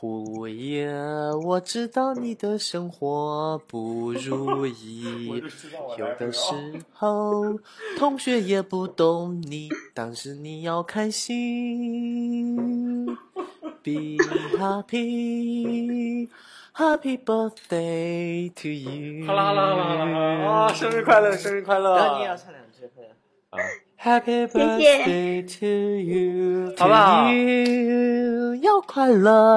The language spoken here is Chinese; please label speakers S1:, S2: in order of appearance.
S1: 午夜，啊我知道你的生活不如意，有的时候同学也不懂你，但是你要开心。Be happy, happy birthday to you。
S2: 好啦好啦好啦好啦啊！
S1: 嗯
S2: 生日快乐，生日快乐！
S3: 那你也要唱两句，快点。
S1: Happy
S4: 谢谢
S1: birthday to you，
S2: 好不好
S1: to you，要快乐。